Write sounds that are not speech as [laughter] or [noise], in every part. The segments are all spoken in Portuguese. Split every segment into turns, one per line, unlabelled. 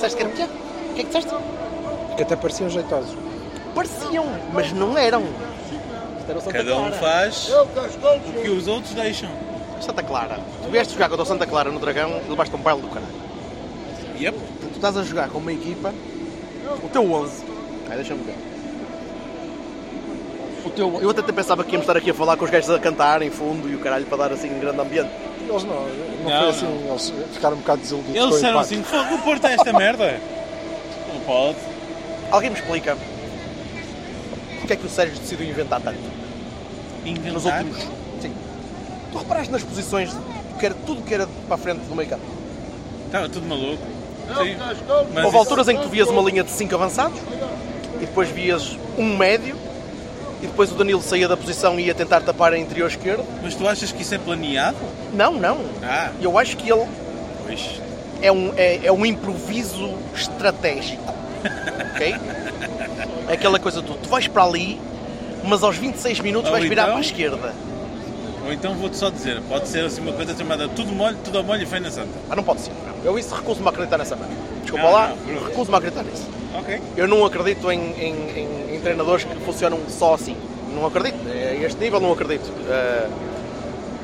Sabes que era mulher? O que é que disseste?
Que até pareciam jeitosos.
Pareciam, mas não eram. Isto era o Santa
Cada um
Clara.
faz o que os outros deixam.
Santa Clara. Tu vieste jogar contra o Santa Clara no Dragão e levaste um baile do caralho.
Yep.
Tu estás a jogar com uma equipa, o teu 11. Ai, deixa-me ver. O teu, eu até até pensava que íamos estar aqui a falar com os gajos a cantar em fundo e o caralho para dar assim um grande ambiente.
Eles não, não,
Não,
foi assim, eles ficaram um bocado desiludidos.
Eles
com o
disseram
impacto.
assim: fogo, o Porto é esta merda. Não pode.
Alguém me explica o que é que o Sérgio decidiu inventar tanto nos
Inventar.
últimos. Sim. Tu reparaste nas posições, que era tudo que era para a frente do meio campo.
Estava Tá tudo maluco. Sim. Mas
Houve
isso-
alturas em que tu vias uma linha de 5 avançados e depois vias um médio e depois o Danilo saía da posição e ia tentar tapar a interior esquerda.
Mas tu achas que isso é planeado?
Não, não.
Ah,
Eu acho que ele
pois.
é um, é, é um improviso estratégico. Ok? É aquela coisa do tu vais para ali, mas aos 26 minutos
Ou
vais virar
então-
para a esquerda.
Ou então vou-te só dizer: pode ser assim uma coisa chamada tudo molho, tudo ao molho e foi na Santa.
Ah, não pode ser. Eu isso recuso-me a acreditar nessa merda. Desculpa
Não,
lá,
não, Bruno.
recuso-me a acreditar nisso.
Ok.
Eu não acredito em, em- em- em treinadores que funcionam só assim. Não acredito. É A este nível não acredito. Eh,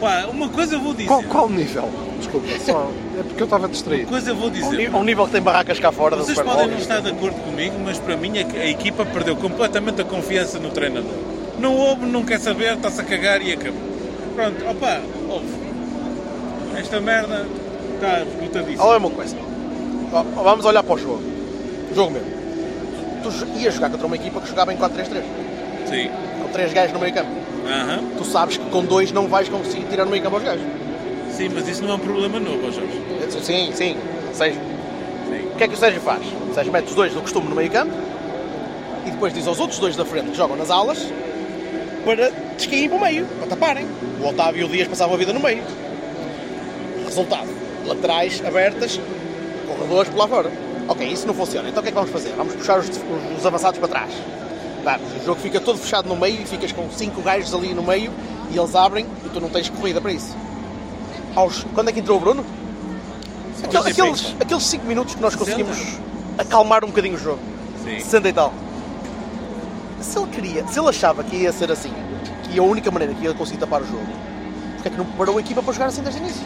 Pá, uma coisa eu vou dizer.
Qual, qual nível? Desculpa, só. É porque eu estava distraído.
Uma coisa eu vou
ao,
dizer.
um ni- ao nível que tem barracas cá fora
Vocês
do Super
podem
Bowl.
não estar de acordo comigo, mas para mim é que a equipa perdeu completamente a confiança no treinador. Não houve, não quer saber, está-se a cagar e acabou. Pronto, opa, houve. Esta merda está esgotadíssima.
Olha uma coisa. Ó, ó, Vamos olhar para o jogo. Jogo mesmo. Tu jo- ias jogar contra uma equipa que jogava em 4-3-3,
Sim.
com 3 gajos no meio campo.
Aham.
Tu sabes que com dois não vais conseguir tirar no meio campo aos gajos.
Sim, mas isso não é um problema novo, ó Jorge.
Sim, sim. Sérgio.
Sim.
O que é que o Sérgio faz? O Sérgio mete os dois do costume no meio campo e depois diz aos outros dois da frente que jogam nas alas para descaírem para o meio, para taparem. O Otávio e o Dias passavam a vida no meio. Resultado: laterais abertas, corredores por lá fora. Ok, isso não funciona. Então o que é que vamos fazer? Vamos puxar os, os- os avançados para trás. Vamos, o jogo fica todo fechado no meio e ficas com cinco gajos ali no meio e eles abrem e tu não tens corrida para isso. Aos- quando é que entrou o Bruno? Aquel-
Então,
Sim,
aqueles,
sim.
aqueles 5 minutos que nós conseguimos acalmar um bocadinho o jogo,
Sim.
60 e tal. Se ele queria, se ele achava que ia ser assim, que a única maneira que ia conseguir tapar o jogo, porque é que não preparou a equipa para jogar assim desde o início?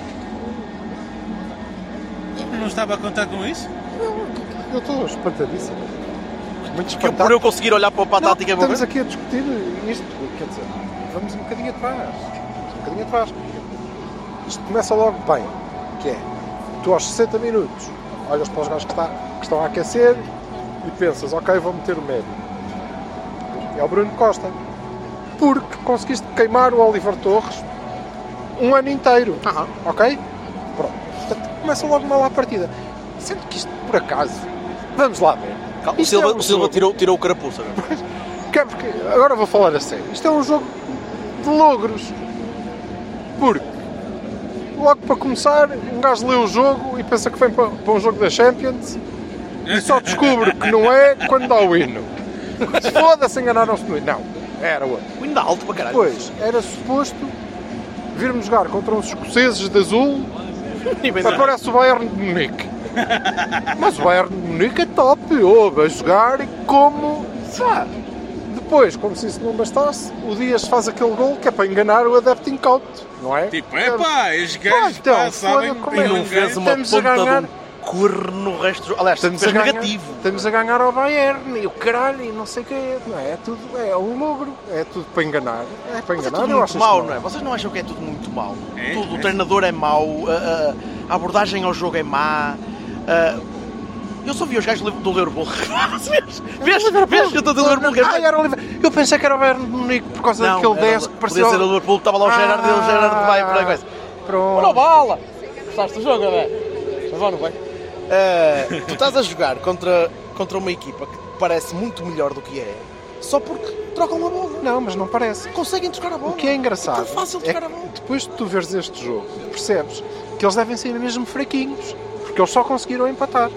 Eu não estava a contar com isso?
Eu estou espantadíssimo. Muito
É Que eu,
espantado.
por eu conseguir olhar para, para a
Não,
tática é né? e vou
estamos aqui
ver.
a discutir isto, quer dizer, vamos um bocadinho atrás. Um bocadinho atrás. Isto começa logo bem, que é, tu aos 60 minutos olhas para os gajos que, está- que estão a aquecer e pensas, ok, vou meter o médio. É o Bruno Costa. Porque conseguiste queimar o Oliver Torres um ano inteiro.
Aham.
Ok? Pronto. Portanto, começa logo mal a partida. Sendo que isto, por acaso, vamos lá ver.
Calma, O
Isto é
Silva,
um
o Silva
jogo.
tirou, tirou o carapuço agora.
Que é porque- agora vou falar a sério. Isto é um jogo de logros. Porque, logo para começar, um gajo lê o jogo e pensa que vem para, para um jogo da Champions e só descobre que não é quando dá o hino. Foda-se, enganaram-se no hino. Não, era outro.
O hino dá alto para caralho.
Depois, era suposto virmos jogar contra uns escoceses de
[laughs]
azul
E bem, não.
Aparece o Bayern de
[laughs]
Munique. Mas o Bayern de Munique é top, ouve a jogar como. Pá. Depois, como se isso não bastasse, o Dias faz aquele gol que é para enganar o adepto incauto, não é?
Tipo, epá, estes
Pá,
gajos
então,
pá, sabem
foda, como
bem
é que
um
não fez
gajo.
uma
Estamos a
ponta
ganhar.
de um corno no resto do jogo. Aliás,
Estamos a,
fez
ganhar,
negativo.
estamos a ganhar ao Bayern e o caralho e não sei o que é, não é? É tudo, é um logro, é tudo para enganar. É para
Mas é
enganar,
tudo
eu acho
muito
isso
mau,
mal.
não é? Vocês não acham que é tudo muito mau?
É,
tudo,
é.
O treinador é mau, a, a- a abordagem ao jogo é má. a- eu só vi os gajos do Liverpool. [laughs] vês? Vês? Vês que eu estou do Liverpool? que é
Ah,
mais-
era o Liverpool. Eu pensei que era o Bayern de Munique por causa
Não,
daquele
era-
10 que parecia. Ah.
Podia ser o Liverpool, estava lá o Gerard e o Gerard vai para a coisa.
Pronto.
Olha a bala! Gostaste do jogo, André? Mas vai, não vai? Uh, tu estás a jogar contra, contra uma equipa que parece muito melhor do que é, só porque trocam a bola.
Não, mas não parece.
Conseguem trocar a bola.
O que é engraçado
É tão fácil
é
trocar a bola.
que depois de tu veres este jogo, percebes que eles devem ser mesmo fraquinhos, porque eles só conseguiram empatar.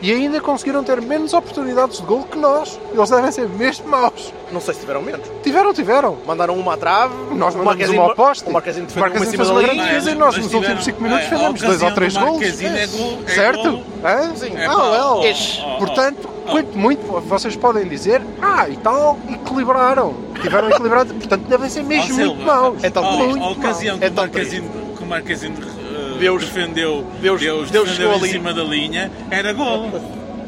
E ainda conseguiram ter menos oportunidades de gol que nós. Eles devem ser mesmo maus.
Não sei se tiveram menos.
Tiveram, tiveram.
Mandaram uma à trave,
Nós
o
mandamos
Marquezine-
uma aposta.
O Marquezinho
O
defendeu uma em
Marquezine
cima
fez
da
uma
linha.
grande defesa e nós,
Mas
nos últimos
tiveram-
5 minutos,
é, a
fizemos 2 ou
ocasião
3
do
golos.
Marquezine é gol, é
Certo?
gol.
Hã?
Sim.
É
Ah,
pau.
well.
Ex.
Oh, oh.
Portanto, quanto muito, vocês podem dizer, ah, e tal, equilibraram. Tiveram equilibrado, portanto, devem ser
Ó,
mesmo
Silva,
muito maus.
é tão
ó,
triste.
A
maus.
ocasião que
É
o
tão
Marquezine, que o Marquezine eh,
Deus-
defendeu,
Deus-
Deus,
Deus
defendeu
chegou
em
ali.
cima da linha, era golo.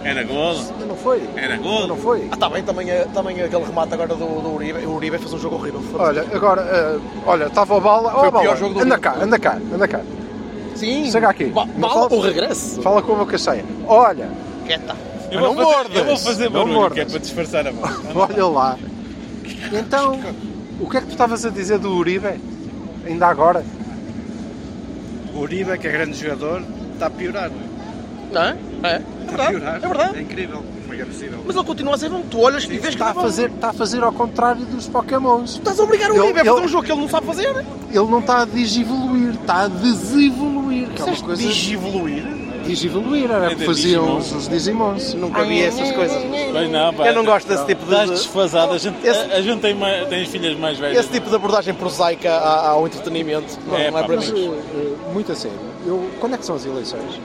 Era golo.
Mas Não foi?
Era golo.
Não foi?
Ah, está bem, também, eh, também aquele remate agora do, do Uribe. O Uribe fez um jogo horrível. foda-se.
Olha, agora, ah, olha, estava o Bala.
Foi
ó,
o pior
Bala,
jogo do
anda
mundo.
cá, anda cá, anda cá.
Sim.
Ah, Chega aqui.
Ba-
Não
Bala
fala-
o regresso.
Fala com a boca cheia. Olha,
Quieta.
Eu
Não
vou, fazer, eu
mordas,
vou fazer
não
barulho, que é
mordas.
para disfarçar a
[laughs]
voz.
olha lá. Então, o que é que tu estavas a dizer do Uribe? Ainda agora?
O Uribe, que é grande jogador, está a piorar, não é?
Não é? É.
Está a piorar.
É verdade.
É incrível. Como é que é possível?
Mas ele continua a ser bom. Tu olhas e vês que
Está a,
dá bom.
fazer, está a fazer ao contrário dos Pokémons.
Estás a obrigar o
Ele-
Uribe a fazer
ele-
um jogo que ele não sabe fazer.
Ele não está a digivoluir, está a desevoluir. Que é uma coisa.
Digivoluir.
Digivoluir, era o que
É de
faziam
Digimon.
os, os Digimons.
Nunca vi essas coisas.
Pois Tá não, pá.
Eu não gosto desse tipo de-
Estás desfasado. A gente,
Esse-
a, a gente tem, ma- tem filhas mais velhas.
Esse tipo de abordagem prosaica a- ao entretenimento não
É,
não é
pá,
para
Mas,
mim.
eh, eh, muito a sério, eu, quando é que são as eleições?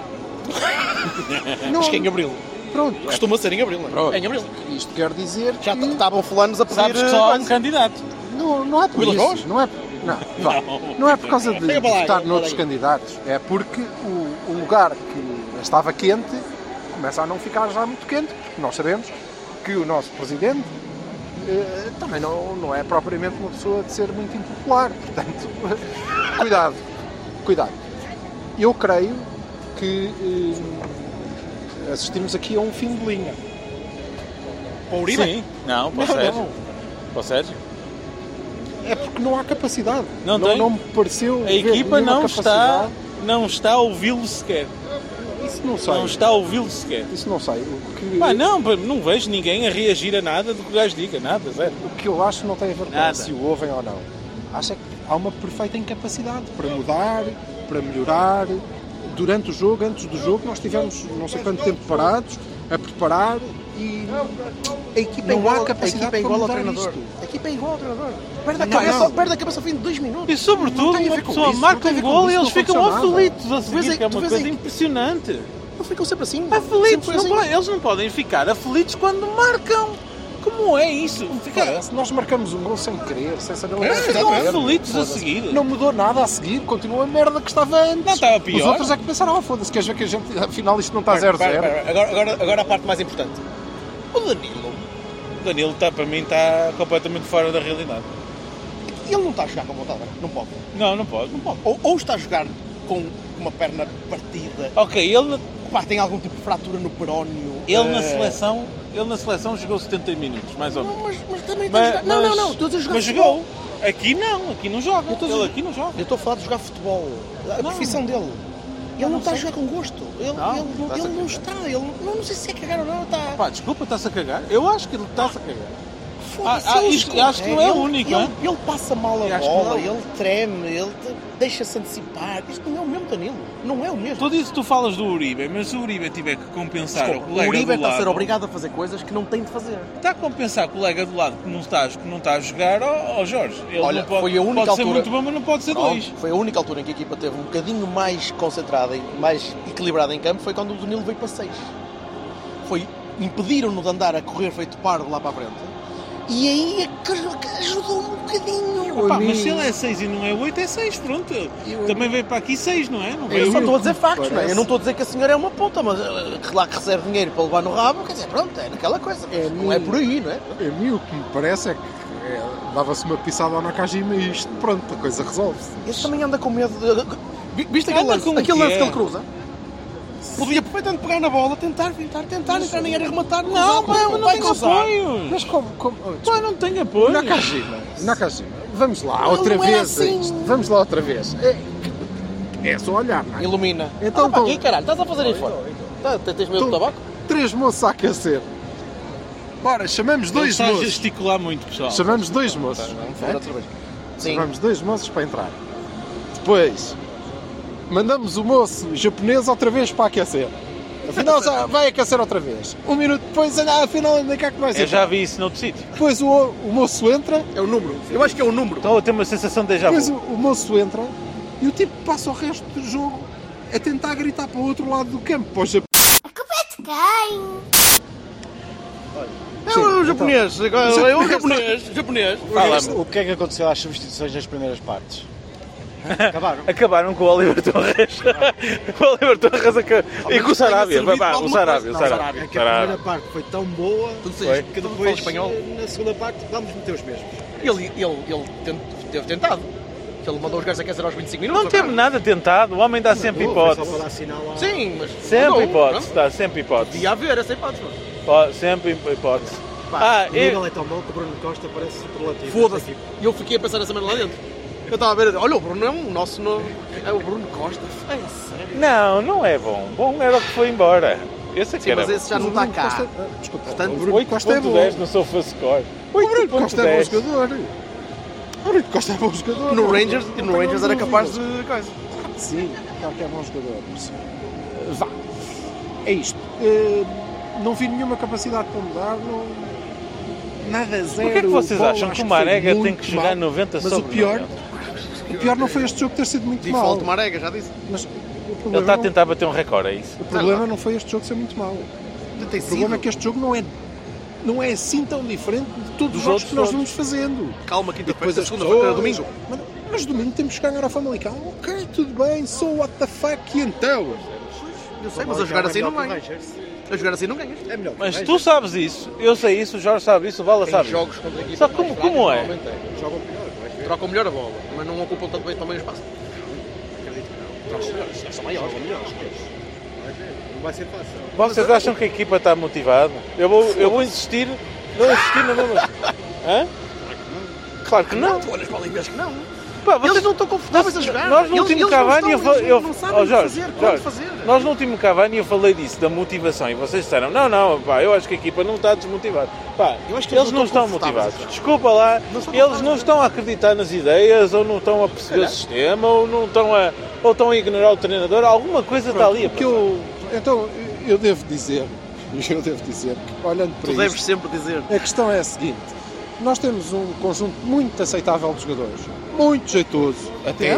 [laughs]
não,
Acho que é em abril.
pronto.
Costuma ser em abril, não
Pronto.
é? É Em abril.
Isto quer dizer
Já
que
t- estavam fulanos a pedir...
Sabes que
eh,
só há um
coisa.
candidato.
não, não é por
Vilas Boas?
isso. Não é, não, vá. não é por causa de
Pega para lá,
votar
pega
noutros
para
candidatos. É porque o, o lugar que estava quente começa a não ficar já muito quente, porque nós sabemos que o nosso presidente eh, também não, não é propriamente uma pessoa de ser muito impopular. Portanto, [laughs] cuidado, cuidado. Eu creio que eh, assistimos aqui a um fim de linha.
Para o Uribe?
Sim. Não, para o
Não,
Sérgio.
não.
Para o Sérgio.
É porque não há capacidade.
Não
não,
tem.
não me pareceu.
A
ver
equipa
nenhuma
não está,
capacidade.
não está a ouvi-lo sequer.
Isso não sei.
Não está a ouvi-lo sequer.
Isso não sei. O que,
Pá, não, pá, não vejo ninguém a reagir a nada do que o gajo diga, nada, zero.
o que eu acho não tem a ver com
Nada.
se o ouvem ou não. Acho é que há uma perfeita incapacidade para mudar, para melhorar. Durante o jogo, antes do jogo, nós tivemos não sei quanto tempo parados a preparar e
A equipa
Não há
ao-
capacidade
a equipa é
para
igual ao
mudar
treinador.
isto.
A equipa é igual ao treinador. Perde a,
Não,
cabeça,
não.
Perde a cabeça ao fim de dois minutos.
E sobretudo,
tem a
uma
ver com
pessoa
isso, não
marca
tem a
um
ver com
gol
isso,
e eles
não aconteceu
ficam
nada.
aflitos a seguir,
Vês é-
que é
tu
uma
vês
coisa
é que-
impressionante.
Eles ficam sempre assim.
Aflitos,
Sempre
não
assim.
podem- eles não podem ficar aflitos quando marcam. Como é isso? Ficar,
parece, nós marcamos um gol sem querer, sem saber o que
É,
fazer.
ficam aflitos a seguir.
Não mudou nada a seguir, continua a merda que estava antes.
Não, estava
Os
pior.
outros é que pensaram, ah, foda-se, queres ver que a gente, afinal isto não está 0-0.
Espera, espera, espera. Agora, agora, agora a parte mais importante. O Danilo,
O Danilo tá, para mim está completamente fora da realidade.
ele não está a jogar com vontade. Não pode.
Não, não pode.
Não pode. Ou, ou está a jogar com uma perna partida.
Ok, ele,
Pá, tem algum tipo de fratura no perónio.
ele na
Eh,
seleção, ele na seleção jogou 70 minutos, mais ou menos.
Não, mas, mas também está a
Mas-
jogar. Não, não,
mas-
não. Estou a dizer jogar
Mas
futebol.
jogou. Aqui não, aqui não joga.
Eu tô a
Ele
dizer-
aqui não joga.
Eu estou a falar de jogar futebol. A
Não. Ah,
profissão dele. Ele não está a jogar com gosto. Ele
Não,
ele não,
está-se
ele
a
é
não está. Ele não, não sei se é cagar ou não. Está.
Pá, desculpa, está-se a cagar? Eu acho que ele está-se a cagar.
Foda-se,
ah,
ele
isto-
escorrega,
acho que não é
um ele-
único,
Ele,
hein?
ele passa mal
Eu
a
acho que não
bola,
é
ele treme, ele te- deixa-se antecipar. Isto não é o mesmo Danilo. Não é o mesmo.
Tu dizes, tu falas do Uribe, mas se o Uribe tiver que compensar
Desculpa,
o colega
o Uribe
do
está a
lado,
ser obrigado a fazer coisas que não tem de fazer.
está a compensar o colega do lado que não está, que não está a jogar ao, ao Jorge. Ele
Olha,
não pode,
foi a única
pode ser
altura-
muito bom, mas não pode ser dois.
Foi a única altura em que a equipa teve um bocadinho mais concentrada e mais equilibrada em campo foi quando o Danilo veio para 6. Foi, impediram-no de andar a correr feito pardo lá para a frente. E aí é que- que ajudou um bocadinho.
Pá,
Uribe-
mas se ele é 6 e não é 8, é 6, pronto. Também veio para aqui 6, não é? Não
Eu
veio
só
oito.
estou a dizer factos, não é?
parece-
Eu não estou a dizer que a senhora é uma puta, mas eh, que lá que recebe dinheiro para levar no rabo, quer dizer, pronto, é naquela coisa.
É
não é
mim.
por aí, não é?
A mim o que me parece é que é, dava-se uma pisada ao Nakajima e isto, pronto, a coisa resolve-se.
Esse também anda com medo de. Vi- Viste aquele
Anda
lance,
com o
aquele lance
quê?
que ele cruza? Podia perfeitamente pegar na bola, tentar, tentar, tentar, entrar na área, rematar.
Não,
cruzar,
pá, mas não
vai
tem
cruzar.
apoios.
Mas como. como oh,
Pá, não tem apoio.
Nakajima, Nakajima, vamos lá outra
não era
vez. a
assim.
isto. Vamos lá outra vez. É, é só olhar, não é?
Ilumina.
Então,
Então, ah, pá,
com-
que caralho, estás a fazer aí fora? Tá, te- tens medo do
Estão
tabaco?
Três moços a aquecer. Bora, chamamos
Ele
dois
está a
moços.
gesticular muito, pessoal.
Chamamos dois moços.
Vamos
é?
falar outra vez. Sim.
Chamamos dois moços para entrar. Depois, mandamos o moço japonês outra vez para aquecer. Afinal, já vai aquecer outra vez. Um minuto depois, olha, afinal, ainda cá que vai ser.
Eu É já vi isso noutro sítio.
Depois o, o moço entra,
É o número. Eu acho que é o número.
Estou a ter Então uma sensação de déjà
depois o,
vu.
o moço entra e o tipo passa o resto do jogo a tentar gritar para o outro lado do campo, para o japonês.
É o
Sim,
japonês. Agora,
Sim.
É o [laughs] japonês. japonês.
Fala-me.
O que é que aconteceu às substituições nas primeiras partes? Acabaram?
Acabaram com o Oliver Torres. [laughs] o Oliver Torres acabou. E com o Sarabia. Vai, vai, o Sarabia. O
É
Sarabia.
que a primeira
Sarabia.
parte foi tão boa
Foi.
que
Não
depois,
fala espanhol.
na segunda parte, vamos meter os mesmos.
Ele, ele, ele tent- teve tentado. Ele mandou os gajos aquecer aos 25 minutos.
Não teve
ou
nada tentado. O homem dá sempre
Foi só para
hipótese.
dar sinal ao-
caralho. Sim, mas.
Sempre
mandou,
hipótese.
não?
Dá sempre hipótese.
Devia haver essa hipótese, mas.
Ó, Sempre hipótese.
Pá,
Ah,
o
e-
nível é tão bom que o Bruno Costa parece superlativo.
Foda-se.
Esta equipa.
E eu fiquei a pensar nessa merda lá dentro. Eu estava a ver, olha, o Bruno é um nosso novo. É o Bruno Costa. É sério.
Não, não é bom. Bom era o que foi embora. Esse aqui
Sim,
era
Tipo, mas esse já não está cá.
Ah, Desculpa,
Portanto,
o Bruno Costa é bom.
8.10 no SofaScore.
O Bruno Costa é bom
8.10.
jogador. O Bruno Costa é bom jogador.
No Rangers,
Não é tenho
no Rangers era
dúvidas.
capaz de coisa.
Sim, claro que é bom jogador. mas, eh, Vá. É isto. Eh, Não vi nenhuma capacidade para mudar. Não... Nada zero.
Porquê é que vocês
bola,
acham
acho
que o
foi
Marega
muito
tem que jogar
mal.
90
Mas o
sobre
pior,
90?
o pior não foi este jogo ter sido muito
Default
mal.
Marega, já disse.
Mas o problema,
Ele está a
não-
tentar bater um recorde, é isso?
o problema não foi este jogo ser muito mal.
Tem
O problema é
sido.
que este jogo não é, não é assim tão diferente de todos
Dos
os jogos
outros
que nós
todos.
vamos fazendo.
Calma, quinta-feira,
as
segunda,
pessoas-
feira domingo.
Mas, mas domingo temos que ganhar ao Famalicão. Ok, tudo bem, sou what the fuck, e então?
Eu sei, mas a jogar assim não
É melhor
ganhas.
que o Rangers.
A jogar assim não ganhas.
É melhor que o
Mas tu
Rangers.
sabes isso, eu sei isso, o Jorge sabe isso, o Vala
Tem
sabe isso.
jogos contra equipas
Só que como-
mais fracas,
como é?
normalmente
Jogam pior, vais ver.
Trocam melhor a bola, mas não ocupam tanto bem também o espaço. Trocam melhor, são maiores.
Jogam melhor, vais ver. Não vai ser fácil.
Vocês acham que a equipa está motivada? Eu vou, eu vou insistir, não insistir na mesma. Hã? Claro que não.
Não, tu olhas para ali e vês que não.
Pá,
Eles
vocês
não estão confortáveis a jogar.
Nós no
Eles-
último
eles não
Cavani
estão,
eu fa-
eles
eu
não
fa-
sabem
oh, Jorge,
fazer, quando
Jorge,
fazer.
Nós no último Cavani eu falei disso, da motivação, e vocês disseram, não, não, pá, eu acho que a equipa não está desmotivada. Pá,
Eu acho que
eles
eles
não
não
estão
estão
motivados.
confortáveis.
Desculpa lá,
Não estão
eles não
confortáveis.
estão a acreditar nas ideias, ou não estão a perceber o sistema, ou não estão a. ou estão a ignorar o treinador, alguma coisa está ali a
Que eu, então, eu devo dizer, [laughs] eu devo dizer, que, olhando para
Tu
isto,
deves sempre dizer.
a questão é a seguinte. Nós temos um conjunto muito aceitável de jogadores, muito jeitoso, até,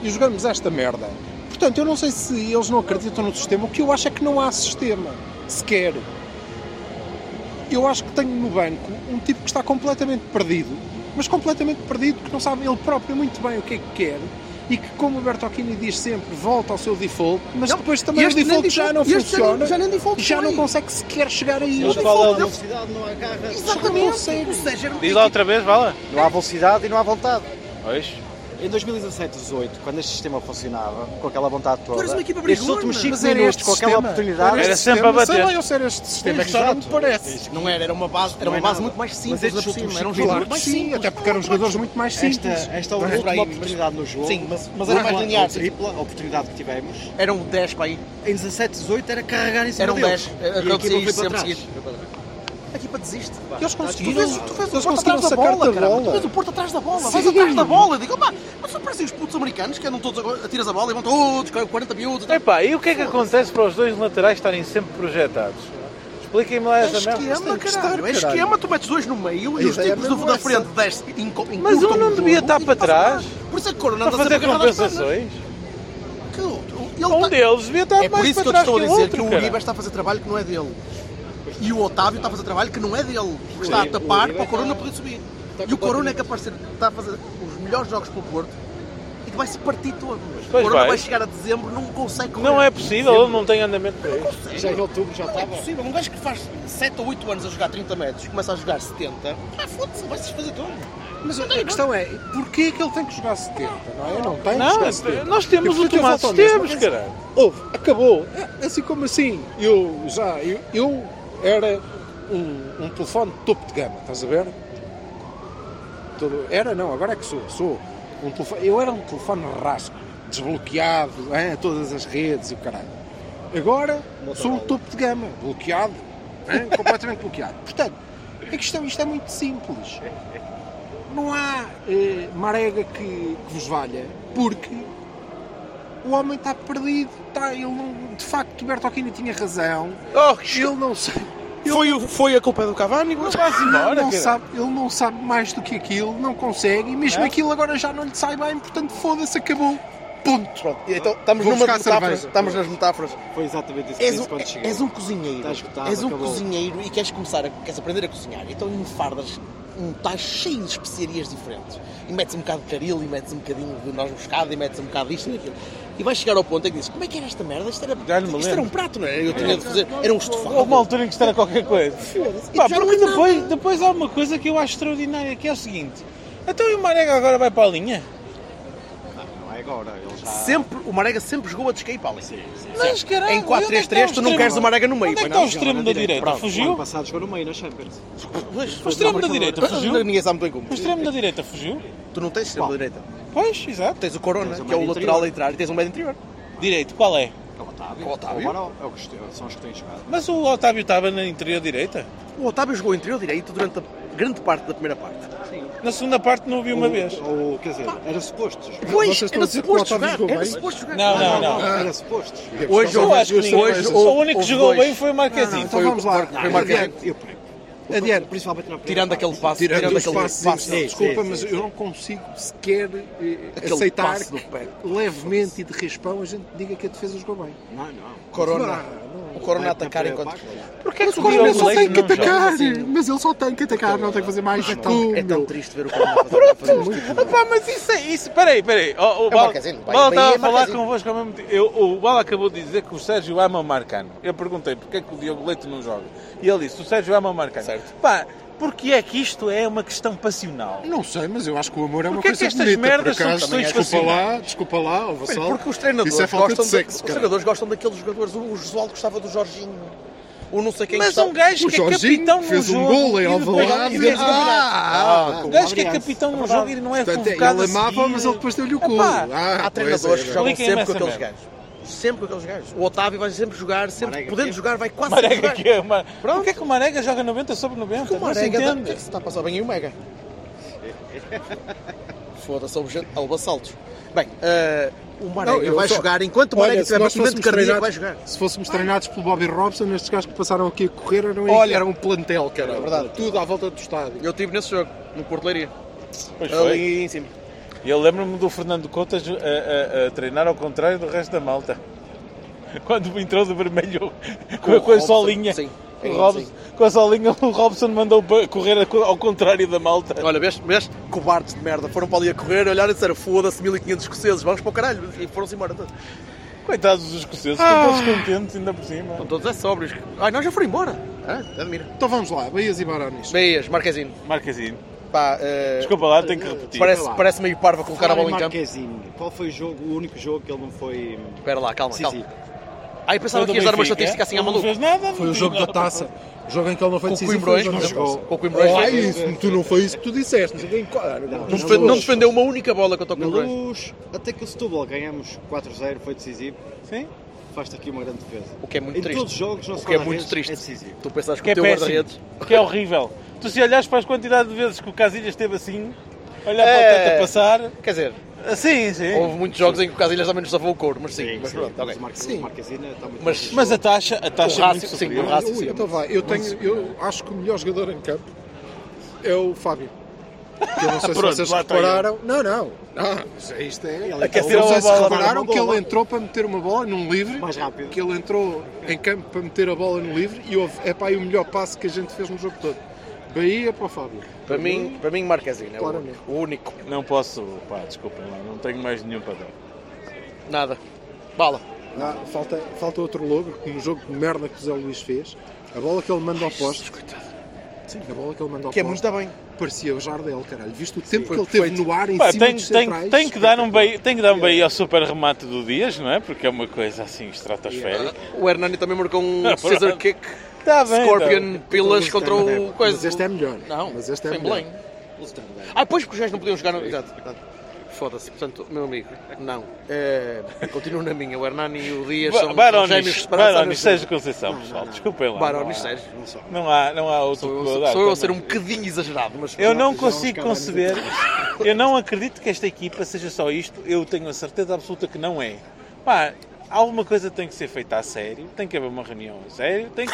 e jogamos esta merda. Portanto, eu não sei se eles não acreditam no sistema, o que eu acho é que não há sistema, sequer. Eu acho que tenho no banco um tipo que está completamente perdido, mas completamente perdido, que não sabe ele próprio muito bem o que é que quer, e que, como o Bertocchini diz sempre, volta ao seu default, mas
Não,
depois também o
este nem
default já
default-
não
este já nem-
funciona,
já nem default
já não
foi.
consegue sequer chegar aí.
Não
Eles falam-
há velocidade, não há garra.
Exatamente. Ou seja,
Diz lá outra vez, Vala.
Não há velocidade e não há vontade.
Pois.
Em 2017, 18, quando este sistema funcionava, com aquela vontade toda,
Parece uma equipa
estes
brigona.
últimos 5
Mas era
minutos,
este
com aquela
um sistema.
oportunidade,
Era
este
sempre
sistema.
a bater.
Sei lá eu se era este sistema, que já não me
Exato.
parece.
Não era, era uma base, era
Não é
uma base
nada.
muito mais simples.
estes
ainda por
últimos
cima, era um
cinco
jogo
Claro
muito
que
mais
sim,
simples.
até porque eram jogadores muito mais
esta,
simples.
esta
Não é
última
por aí, mas-
oportunidade no jogo,
Sim, mas- mas era mais
dupla
linear,
ou tripla a oportunidade que tivemos,
Era um 10 para aí.
em 17, 18 era carregar em cima
Era um 10.
deles. E a equipa
Acontecia
foi
isto sempre
para trás.
seguido. A equipa desiste.
Eles
Tá, Tu
conseguiram,
vês, tu vês
eles
o Porto
conseguiram
atrás da
sacar-te
bola,
a
caramba. Tu vês o
bola.
Porto atrás da bola,
Sim.
vais atrás da bola. Eu Digo, pá, mas só parecem os putos americanos que andam todos agora, atiras a bola e vão todos, 40 miúdos. e tal.
Epá, e o que é que acontece para os dois laterais estarem sempre projetados? Expliquem-me lá
É
essa merda.
esquema,
tem que estar,
caralho. É
caralho.
esquema, tu metes dois no meio e os
ideia é
tipos do,
mesmo
da
essa.
frente desce em, em
Mas um não devia estar para trás.
Por isso é que o Corona
Para
anda sempre
fazer
agarrado às pernas.
compensações?
Que outro? Ele
Um
tá-
deles devia estar
É por
mais
isso que
para
eu te
trás que
estou a
o
dizer que o
outro. cara.
Uribe está a fazer trabalho que não é dele. E o Otávio está a fazer trabalho que não é dele. Porque está a
Uribe- o
tapar
Uribe
para o Corona
está-
poder subir. E o Corona é capaz de ser- está a fazer os melhores jogos para o Porto e que vai se partir todo. O
Pois
Corona vai.
vai.
chegar a dezembro, não consegue correr.
Não é possível, ele não tem andamento para isso.
Já em outubro já
Não é
estava.
possível. Um gajo que faz 7 ou 8 anos a jogar 30 metros, começa a jogar 70, ah, foda-se, vai-se desfazer todo.
Mas a questão é, porquê é que ele tem que jogar 70? Não, é? não tem que
Não,
jogar 70.
nós
E
temos
porquê que ele
ultimados
volta ao mesmo?
temos, caralho.
Houve, acabou. É, Assim como assim, eu já, eu, eu era um, um telefone topo de gama, estás a ver? Todo- era não, agora é que sou, sou. Um telefone, eu era um telefone rasco, desbloqueado, hein, todas as redes e o caralho. Agora sou o
Motorola.
topo de gama, bloqueado, hein? [laughs] completamente bloqueado. Portanto, a questão, isto é muito simples. Não há eh, marega que, que vos valha, porque o homem está perdido, está, ele não, de facto, Berto Aquino tinha razão,
Oh,
ele não sabe,
foi, o- foi a culpa é do Cavani? Mas vai-se
não,
embora,
não
cara.
sabe, ele não sabe mais do que aquilo, não consegue, e
É?
mesmo aquilo agora já não lhe sai bem, portanto, foda-se, acabou. Ponto.
Pronto, então estamos
Vou
numa
buscar a
metáfora.
cerveja.
Estamos nas metáforas.
Foi exatamente isso que
És
disse
um,
quando cheguei.
és um cozinheiro.
Está esgotado,
és um
acabou.
cozinheiro e queres começar a, queres aprender a cozinhar. Então enfardas um tais cheio de especiarias diferentes. E metes um bocado de caril, e metes um bocadinho de noz moscada, e metes um bocado disto e daquilo. E vais chegar ao ponto em que dizes, como é que era esta merda? Isto era,
Já não me
isto era
lembro.
um prato, não era? Eu tinha de fazer, era um estofado.
Houve uma altura em que isto era qualquer coisa.
Foda-se.
Pá,
E já não
porque
é nada.
depois, depois há uma coisa que eu acho extraordinária, que é o seguinte. Então e o Marega agora vai para a linha?
Não é agora, ele já...
Sempre, o Marega sempre jogou a descair para ali.
Mas caralho, é
Em 4-3-3 tu não queres o Marega no meio.
tá Onde é
pois
que está
não?
o extremo da direita?
O ano
Fugiu?
passado jogou no meio na Champions.
Pois,
O extremo
não,
da
mas-
direita fugiu?
Ninguém sabe muito bem
O
como.
extremo da direita fugiu?
Tu não tens extremo da direita.
Pois, exato.
Tens o Corona,
Tens o
que é o
médio
lateral
interior.
literário, e tens um médio interior.
Direito, qual é?
É o Otávio.
O Otávio.
Ou Agora é o que este- são os que têm jogado.
Mas o Otávio estava na interior direita?
O Otávio jogou interior direito durante a grande parte da primeira parte.
Na segunda parte não o vi uma vez.
Ou, quer dizer, era suposto. jogar.
Pois,
Vocês estão
era
a dizer que o
suposto
Otávio
jogar.
jogou
Era
bem?
suposto jogar.
Não, não, não.
Era suposto.
é
jogar.
Hoje
Eu acho que
hoje,
ninguém.
hoje,
o único que
houve
jogou
dois.
bem foi o
Não,
Marquezinho.
então vamos lá.
Ah,
foi marcado.
Adiante.
eu pego.
Adiante.
Principalmente na primeira
Tirando
parte.
aquele passo, tirando,
Tirando os
aquele
passos,
passo.
sim.
desculpa, mas eu não consigo sequer eh,
Aquele
aceitar
passe do pé.
que levemente e de raspão a gente diga que a defesa jogou
é
bem.
Não, não. eh,
Corona.
Ah, não.
O Corona a atacar
Na primeira
enquanto.
parte,
Porque mas o
Diogo
Corona só
Leite
tem que
não joga?
atacar, mas ele só tem que atacar, não tem que fazer mais
É
aquilo.
tão, é tão triste ver o Corona fazer, fazer este tipo de
Ah, pá, mas isso é isso. Peraí, peraí. O, o
É
Bala,
Marquezine, vai,
Bala
vai,
estava
é
a falar
Marquezine.
convosco ao mesmo tempo. Eu, o Bala acabou de dizer que o Sérgio ama o Marcano. Eu perguntei porque é que o Diogo Leite não joga. E ele disse: o Sérgio ama o Marcano.
Certo.
Pá, porque é que isto é uma questão passional?
Não sei, mas eu acho que o amor é uma
Porquê
coisa
que estas
bonita,
merdas
por acaso.
são questões
Desculpa
fascinantes?
lá, desculpa lá, ó Vassal.
Porque os treinadores,
Isso é falta
gostam
de
da-
sexo,
os
cara.
treinadores gostam daqueles jogadores. O Josualdo gostava do Jorginho. O não sei quem
Mas
gostava.
um gajo
O
que é
Jorginho
capitão num
fez um
jogo
golo em
e depois-
Alvalade.
e um depois-
Ah, ah,
Um gajo que é capitão num jogo e não é
Portanto,
convocado
ele
a seguir.
amava, mas ele depois deu-lhe o cu.
assim. Epá,
Ah,
Há
pois
treinadores
é,
que jogam
Expliquem-me
sempre com
essa
aqueles
merda.
gajos. Sempre com aqueles gajos. O Otávio vai sempre jogar, sempre
Marega,
podendo
que-
jogar, vai quase sempre
Marega
jogar.
que é, mano.
Assim, Pronto.
Porquê é que o Marega joga 90 sobre 90?
Como
Não se
Marega dá- O que é
entende.
que se está a passar bem aí o
[laughs]
Mega? Foda-se ao gente- ao Bassaltos. Bem, eh, o Marega
Não, eu
vai
só-
jogar enquanto o
Olha,
Marega
se
tiver
nós
batimento
fôssemos
cardíaco,
treinados-
um vai jogar.
Se fôssemos treinados pelo Bobby Robson, estes gajos que passaram aqui a correr eram,
Olha,
era um plantel, cara.
é verdade.
Tudo à volta do estádio.
Eu estive nesse jogo, no Porto Leiria.
Pois foi.
Ali em cima.
E Eu lembro-me do Fernando Couto a, ju- a- a- a eh, treinar ao contrário do resto da malta. [laughs] Quando entrou de vermelho com,
o
com a
Robson,
solinha.
sim.
O
Sim,
Robson-
sim.
com a solinha, o Robson mandou pa- correr a co- ao contrário da malta.
Olha, vês, vês? Cobardes de merda. Foram para ali a correr, olharam e disseram foda-se 1500 escoceses, vamos para o caralho. E foram-se embora todos.
Coitados dos escoceses, estão
Ah.
todos contentes ainda por cima.
Estão todos é sóbrios. Ai, nós já foram embora. Ah, admira.
Então vamos lá, Bahias e Barones.
Meias, Marquezine.
Marquezinho,
Pá, eh,
desculpa lá, tenho que repetir.
parece,
lá.
parece meio parvo a colocar a bola um em campo.
Marquezinho. Qual foi o jogo, o único jogo que ele não foi...
Espera lá, calma,
Sim,
calma.
sim.
Ai, pensava que ias dar uma
é?
estatística assim à
Não
maluca.
fez nada.
Foi o jogo da taça. O jogo em que ele não foi
Com o
decisivo.
Coimbrões,
foi o
por
jogo da
exemplo.
taça.
Com o Coimbrões.
Ah,
foi-
isso, tu não foi isso que tu disseste. Não,
Não, defen- não defendeu uma única bola contra o
Na
Coimbrões.
luz, até que o Setúbal ganhamos 4-0, foi decisivo.
Sim?
Faz-te aqui uma grande defesa.
O que é muito
em
triste.
todos os jogos, não
O
se
que é
fala
muito
vezes,
triste.
É decisivo.
Tu pensas que,
Que é
o teu
péssimo.
guarda-redes...
Que é horrível. Tu se olhares para as quantidades de vezes que o Casilhas esteve assim, olhar para o
É.
teto a passar... ah,
Quer dier
Sim, sim.
houve muitos jogos em que o Casilhas também nos safou o couro, mas sim, mas pronto, ok.
Mas o Marque-
Sim.
o Marquezine está muito
Mas-
bem.
Mas a taxa, a taxa
O
é
Rácio,
muito
sim,
superior.
o Rácio.
Ui, então vá, eu, tenho, eu acho que o melhor jogador em campo é o Fábio. Que Eu não sei se
Pronto,
vocês
lá está ele.
repararam. Não, não. não isso é- isto é.
Ele
Aqueceu
não
a
sei se
bola,
repararam
uma
que
bola.
ele entrou para meter uma bola num livre.
Mais rápido.
Que ele entrou em campo para meter a bola no livre e houve, é pá, aí o melhor passe que a gente fez no jogo todo. Bahia para o Fábio.
Para mim, para mim Marquezine é o
Claramente.
único. O único.
Não posso, pá, desculpem lá, não tenho mais nenhum para dar.
Nada. Bala.
Ah, falta, falta outro logo, que no jogo de merda que o Zé Luís fez, a bola que ele manda ao poste. Sim, a bola que ele manda ao
Que é muito
poste.
bem.
Parecia o Jardel, caralho. Viste o tempo que ele teve no ar em
Pá,
cima
tem,
dos
tem-
centrais?
tem que dar um bem, tem que dar um bem ao super remate do Dias, não é? Porque é uma coisa assim estratosférica.
O Hernani também marcou um
pronto.
Caesar Kick.
Está bem.
Scorpion
Mas
Pilas
este
contra
é
o
melhor.
coisa.
Mas este é melhor.
Não,
Mas este é
sem
melhor.
Belém. Ah, pois porque os gajos não podiam jogar no. Exato. Foda-se, portanto, meu amigo, não. Eh, continuo na minha. O Hernani e o Dias são são gêmeos de
Barones,
esperança.
Barones, Sérgio Conceição, pessoal, desculpem lá.
Barones, Sérgio.
Não só.
Não há, não há outro
Sou,
que vou
sou,
dar
sou eu a
também.
ser um bocadinho exagerado, mas.
Eu não consigo conceber,
um
eu não acredito que esta equipa seja só isto, eu tenho a certeza absoluta que não é. Pá, alguma coisa tem que ser feita a sério, tem que haver uma reunião a sério, tem que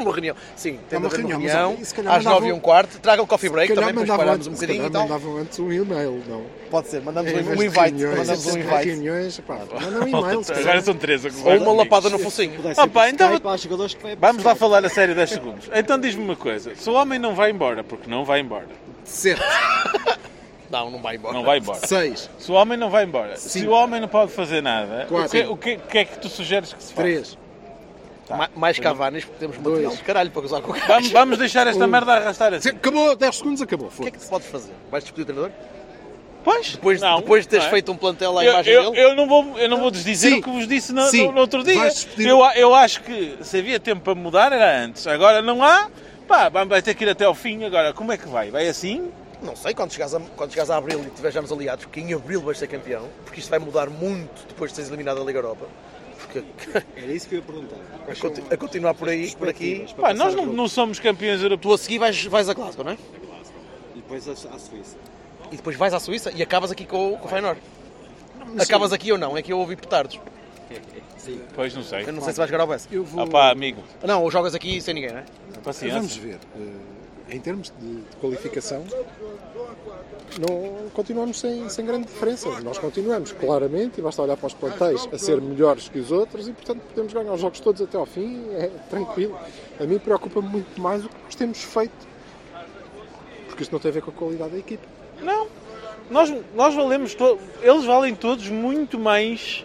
uma reunião. Sim, tem
É uma
uma reunião,
reunião, mas olha, e se calhar
às
mandavam-
9 e um quarto. Traga o coffee break também para
mandavam
pararmos
antes-
um
se
bocadinho e
calhar
tal. É,
mandavam antes um e-mail, não?
Pode ser, mandamos
Em vez
um
de
invite.
reuniões,
Mandamos um
em
invite.
reuniões, pá, manda um e-mail. se
Agora
calhar.
são três agora.
Ou uma lapada no focinho.
Ah, pá, então-
há jogadores que vai
Vamos lá falar a sério 10 segundos. Então diz-me uma coisa, se o homem não vai embora, porque não vai embora,
Certo. Não, não vai embora.
não vai embora.
Seis,
Se o homem não vai embora, se o homem não pode fazer nada, o
Quatro.
que, o que- o que é que tu sugeres que se faça?
três,
Ma- mais cavanas, porque temos material de caralho para gozar com o gajo.
Vamos, vamos deixar
Um.
esta merda arrastar assim.
acabou, 10 segundos, acabou.
O que é que se pode fazer? Vais discutir o treinador?
Pois,
Depois,
não,
depois de teres
não é?
feito um plantel à
Eu-
imagem
eu,
dele?
eu não vou, eu não vou desdizer
Sim.
o que vos disse no,
Sim.
no- no outro dia.
Vais despedir-
Eu, a- eu acho que se havia tempo para mudar era antes. Agora não há. Pá, vai- vai ter que ir até ao fim. Agora, como é que vai? Vai assim?
Não sei, quando chegares, a, quando chegares a Abril e tivermos aliados, que em Abril vais ser campeão, porque isto vai mudar muito depois de seres eliminado da Liga Europa. Porque
Era isso que eu ia perguntar.
a, conti- a continuar por aí, por aqui,
Perspectivas para
Pá,
passar
nós
o
não,
grupo.
não somos campeões europeus.
tu a seguir vais, vais a Glasgow, não é?
E depois à à Suíça.
E depois vais à Suíça e acabas aqui com, o- com o Feyenoord. Acabas aqui ou não? É que eu ouvi petardos.
Pois não sei.
Eu não sei se vais jogar ao BES.
Eu vou,
Ah pá, amigo,
Não, ou jogas aqui sem ninguém, não é?
vamos
paciência.
ver, eh, em termos de, de qualificação, não, continuamos sem, sem grande diferença. Nós continuamos, claramente, e basta olhar para os plantéis a ser melhores que os outros e, portanto, podemos ganhar os jogos todos até ao fim, é tranquilo. A mim preocupa-me muito mais o que nós temos feito, porque isto não tem a ver com a qualidade da equipa.
Não, nós, nós valemos todos. Eles valem todos muito mais,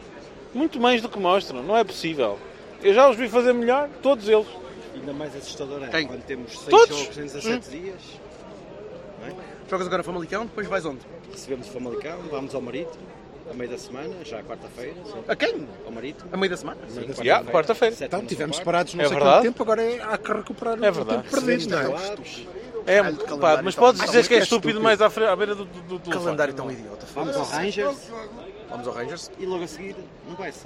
muito mais do que mostram. Não é possível. Eu já os vi fazer melhor, todos eles.
Ainda mais assustador é
Tem.
quando temos 6
Todos?
jogos em 17 dias.
Jogas agora Famalicão, depois vais onde?
Recebemos o Famalicão, vamos ao Marítimo, a meio da semana, já à quarta-feira. sim,
A quem?
Ao Marítimo.
A meio da semana?
Sim,
Já, quarta-feira.
Sétimo
Então,
no
tivemos
São
parados não
É
sei
verdade.
quanto tempo, agora é, há que recuperar
É
o
verdade.
tempo perdido, não é?
Paulo. Claro.
É,
Caralho, de
pá,
calendário
mas
tão-
podes
Ah,
dizer
mas
que é
que é
estúpido
estúpido.
mais à, fre- à beira do, do, do telefone.
Calendário tão idiota.
Vamos ao Rangers
Vamos ao Rangers?
e logo a seguir no Bessa.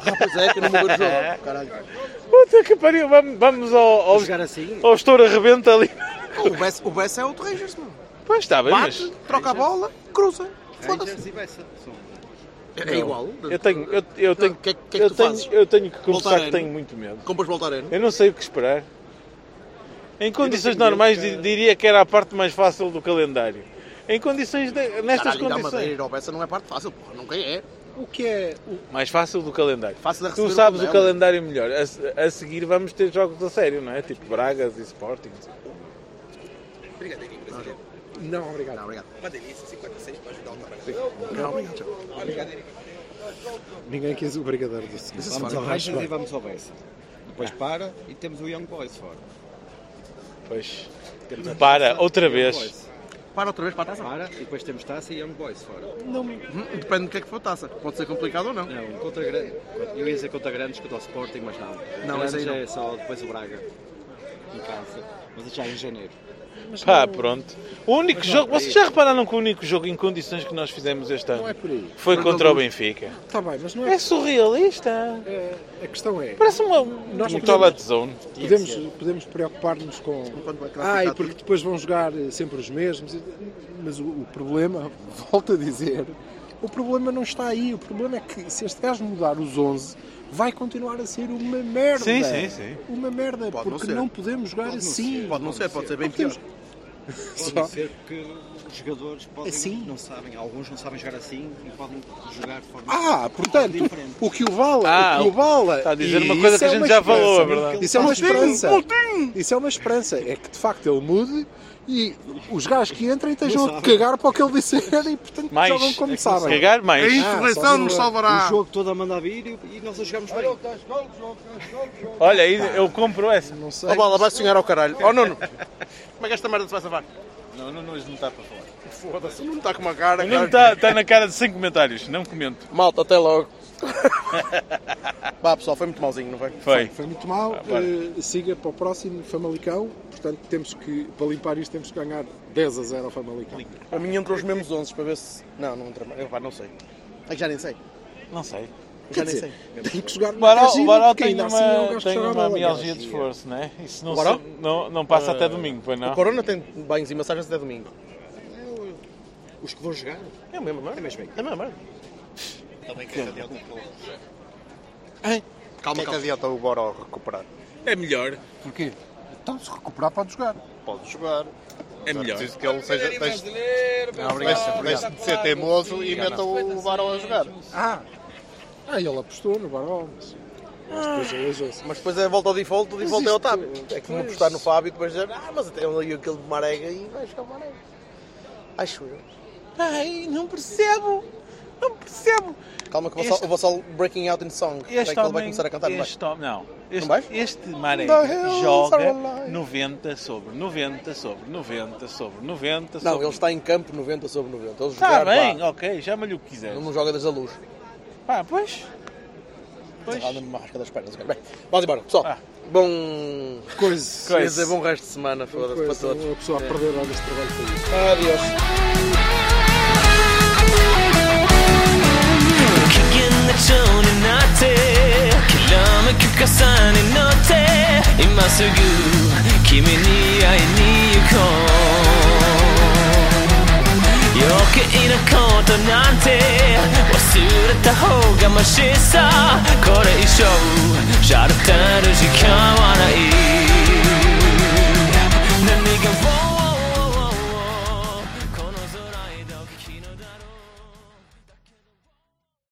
Ah, pois [laughs] é, que eu não mudou de jogo. Caralho.
Puta que pariu, vamos, vamos ao, ao,
Jogar assim,
ao estouro arrebenta ali.
O Bess, o Bess é outro Rangers, mano.
Pois está bem, mas
Bate, troca a bola, cruza. Foda-se.
Rangers e Bessa. São
É igual.
eu tenho, eu, eu tenho,
que é que é que
eu,
tu fazes?
tenho eu tenho que
Voltar
confessar
a
que
ano?
tenho muito medo.
Compras Voltareno.
Eu não sei o que esperar. Em condições normais di- diria que era a parte mais fácil do calendário. Em condições de- nestas
Caralho, ir à
condições
Madeira, ao Bessa não é parte fácil, porra. Nunca é.
O que é
mais fácil do calendário.
Fácil de
Tu
receber
sabes
o
o calendário melhor. A, se- a seguir vamos ter jogos a sério, não é? Tipo Bragas e Sporting.
Obrigado, Henrique. por esse jogo.
Não, obrigado.
Não, obrigado.
Ninguém quis o brigadeiro do senhor.
Vamos ao Rangers e vamos ao Bessa. Depois para e temos o Young Boys fora.
Pois.
Temos a
Para,
taça e
outra
Young
um
vez.
Boys.
Para outra vez para a taça.
Para e depois temos Taça e Young Boys fora.
Hum, Depende do que é que for a taça. Pode ser complicado ou não.
Não, contra grande. Eu ia dizer contra grandes contra o Sporting, mas não.
Não,
grandes
essa aí não.
é só depois o Braga. Em casa. Mas já é em janeiro.
Pá, pronto. O único jogo. Vocês já repararam que o único jogo em condições que nós fizemos este ano
Não é por aí.
foi contra o Benfica?
Está bem, mas não é.
É surrealista.
é- A questão é.
Parece uma,
Nós
um
podemos-
toilet zone.
Podemos, podemos preocupar-nos com.
Quando vai classificar
Ai,
tudo.
porque depois vão jogar eh, sempre os mesmos. e- Mas o, o problema, [laughs] volto a dizer, o problema não está aí. O problema é que se este gajo mudar os 11, vai continuar a ser uma merda.
Sim, sim, sim.
Uma merda,
Pode não
porque
ser.
não, podemos jogar assim.
Pode não ser, pode ser bem
Não podemos-
pior.
Pode
Só-
ser que os jogadores podem,
Assim?
não sabem, alguns não sabem jogar assim e podem jogar de forma
Ah, portanto,
diferente.
o que o vale,
Ah,
o que o vale.
está a dizer uma
E
coisa
isso
que a gente
uma
já falou, é
esperança.
verdade.
Isso é uma
Motim,
esperança. Isso é uma esperança. É que de facto ele mude e os gajos que entrem estejam a cagar para o que ele disser [laughs] e portanto
Mais. É
jogam como sabem.
Cagar mais.
Ah, só no-
O jogo todo a mandar vir e, e nós a jogamos bem.
Olha, aí eu compro essa.
Não sei.
A Oh, bola vai sonhar ao caralho. Ó Nuno. Como é que esta merda se vai safar?
Não, não, não, isso não está para falar.
Foda-se, o Nuno está com uma cara.
tá,
tá-
Não está, está na cara de 100 comentários. Não comento.
Malta, até logo. [laughs] Pá, pessoal, foi muito mauzinho, não foi?
Foi.
Foi muito mal.
Ah, bora.
eh, siga para o próximo Famalicão. Portanto, temos que, para limpar isto, temos que ganhar 10 a 0 ao Famalicão.
A minha entrou os mesmos 11 para ver se. Não, não entra. Eu, pá, não sei. É que já nem sei.
Não sei.
Já
Quer
nem
dizer,
sei.
tem que jogar
O Baró,
gira,
o Baró
porque
tem
ainda
uma,
assim é um gajo que
tem
joga a
uma
bola.
mialgia de esforço, né? Isso não,
O Baró?
se- não, não passa até domingo, pois não?
O Corona tem banhos e massagens até domingo.
Os que vão jogar.
É o mesmo, não é? É
mesmo aí.
a mesma merda.
Calma, que, é que adianta o Boró recuperar?
É melhor,
Porquê? Então, se recuperar, pode jogar.
Pode jogar.
é melhor.
Preciso que ele seja. Deixe, deixe, deixe de ser teimoso e meta o Baró a jogar.
Ah! Ah, ele apostou no Baró, mas. mas depois elegeu-se.
Mas depois é volta ao default, o default
isto-
é o Otávio. É que não apostar no Fábio e depois dizer, ah, mas até ali aquele de Marega e vai jogar o Marega. Acho eu.
Ai, não percebo! Não percebo!
Calma que eu vou,
Este-
só, eu vou só breaking out in song. Como é que
Este
ele vai
homem.
começar a cantar, não vai?
este homem- não. Este,
vais?
este Maré
The hills are
joga
alive.
90 sobre 90 sobre 90 sobre 90
Não,
sobre.
ele está em campo 90 sobre 90. Ele
Está
jogar,
Tá bem,
vá.
ok, chama-lhe o que quiser.
Ele não joga desde a luz.
Pá, pois. Pois.
Anda-me uma rasca das pernas. ok. Bem, vamos embora. Pessoal,
Ah.
bom...
Coisa.
Quer dizer, bom resto de semana, foda-se, para
Coisa,
todos.
uma pessoa a perder horas de trabalho com isso.
Adeus.
Kicking the tone and not it. Kilama kukasan and not it. Imasugu, kimi ni ai ni yuko. Yoke ina koto nante. Wasureta hou ga mashi sa. Kore ishou, sharutaru jikan wa nai.